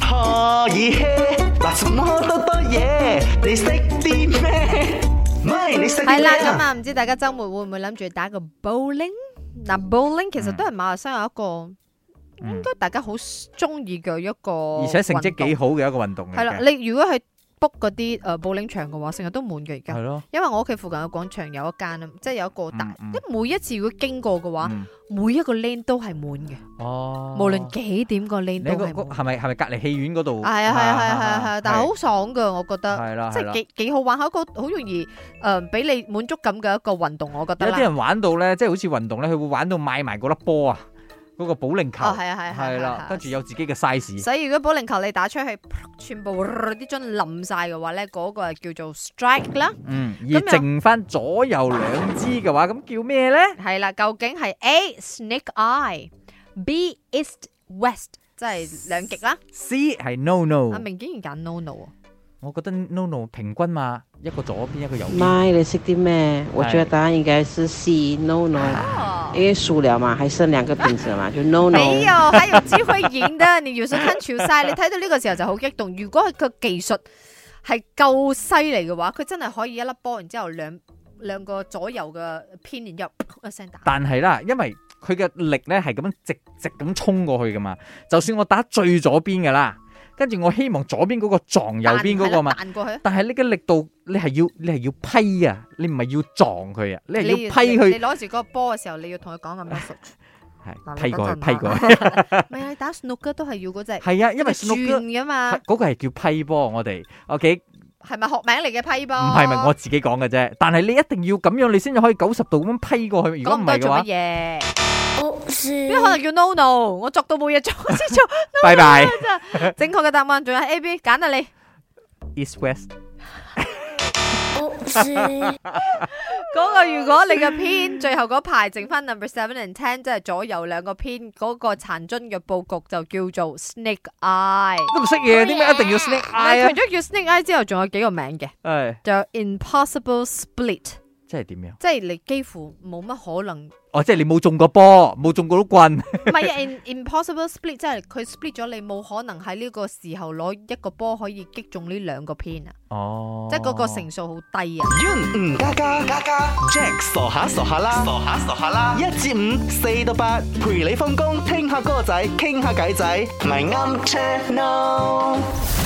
可以嘿，嗱什麼多多嘢，你識啲咩？唔係你識啲係咩啦，咁啊？啊，唔知大家周末會唔會諗住打個 bowling？嗱，bowling 其實都係馬來西亞一個 Ừ. 應該大家好中意嘅一個，而且成績幾。好嘅一個運動嚟係啦，嘅，你如果去 book 嗰啲誒 bowling 場嘅話，成日都滿嘅而係家。咯，因為我屋企附近嘅廣場有一間啊，即係有一個大，嗯嗯即係每一次如果經過嘅話，嗯每一個 lane 都係滿嘅，哦，無論幾點個你 lane 都嗰係個滿。係咪係咪隔離戲院嗰度？係啊係啊係啊係啊係啊，但係好爽噶，我覺得。係啦即係啦係。幾幾好玩，係一個好容易誒俾、你滿足感嘅一個運動，我覺得有啦啲。人玩到咧，即係好似運動咧，佢會玩到買埋嗰粒波啊，嗰個保齡球哦，係啊係啊係啊係啦啊，跟住有自己嘅 size。所以如果保齡球你打出去，全部啲樽冧晒嘅話咧，嗰、個係叫做 strike 啦。嗯，咁而又剩翻左右兩支嘅話，咁叫咩咧？係啦，究竟係 A snake eye，B east west，即係兩極啦。 C 係 no no，阿明竟然揀 no no 啊！我覺得 no no 平均嘛，一個左邊一個右邊。妈，你识啲咩？我觉得答案应该是 C no no，哦因为输了嘛，还剩两个瓶子嘛，就 no no。没有，喺有機會贏得，你要想吞潮晒。你睇到呢個時候就好激動。如果佢個技術係夠犀利嘅話，佢真係可以一粒波，然之後兩兩個左右嘅偏然之後噗一聲打。但係啦，因為佢嘅力咧係咁樣直直咁衝過去噶嘛，就算我打最左邊噶啦，跟住我希望左邊嗰個撞右邊嗰個嘛彈，彈過去，但係呢個力度你係要你係要批啊，你唔係要撞佢啊，你係你要批佢你攞住個波嘅時候，你要同佢講咁多 熟。係嗱批過去批過去。。唔係啊，你打 snooker 都係要嗰只。係啊，因為 s 轉噶嘛，嗰個係叫批波，我哋 OK 係咪學名嚟嘅批波？唔係咪我自己講嘅啫，但係你一定要咁樣，你先至可以九十度咁樣批過去。如果講唔唔多係嘅做話乜，嘢？不哦是邊可能叫 no no？我作到冇 嘢做先做。拜拜。正確嘅答案仲有 A B，揀啊你。 East West 不哦是。嗰個啊如果你嘅偏最後嗰排剩翻 number seven and ten，即係左右兩個偏嗰、個殘樽嘅佈局就叫做 snake eye。都唔識嘢，點啊解一定要 snake 哎但係 eye 除咗叫 snake eye 之後，仲有幾個名嘅，啊？誒，就有 impossible split，即係點樣？即係你幾乎冇乜可能。唔哦，即係你冇中過波，冇中過碌棍，係啊，in- impossible split 即係佢 split 咗，你冇可能喺呢個時候攞一個波可以擊中呢兩個偏啊，哦，即係嗰個成數好低啊。 Yun 吳家家家家，Jack 傻下傻下啦，傻下傻下啦，一至五四到八，陪你放工，聽下歌仔，傾下偈仔，咪啱 channel。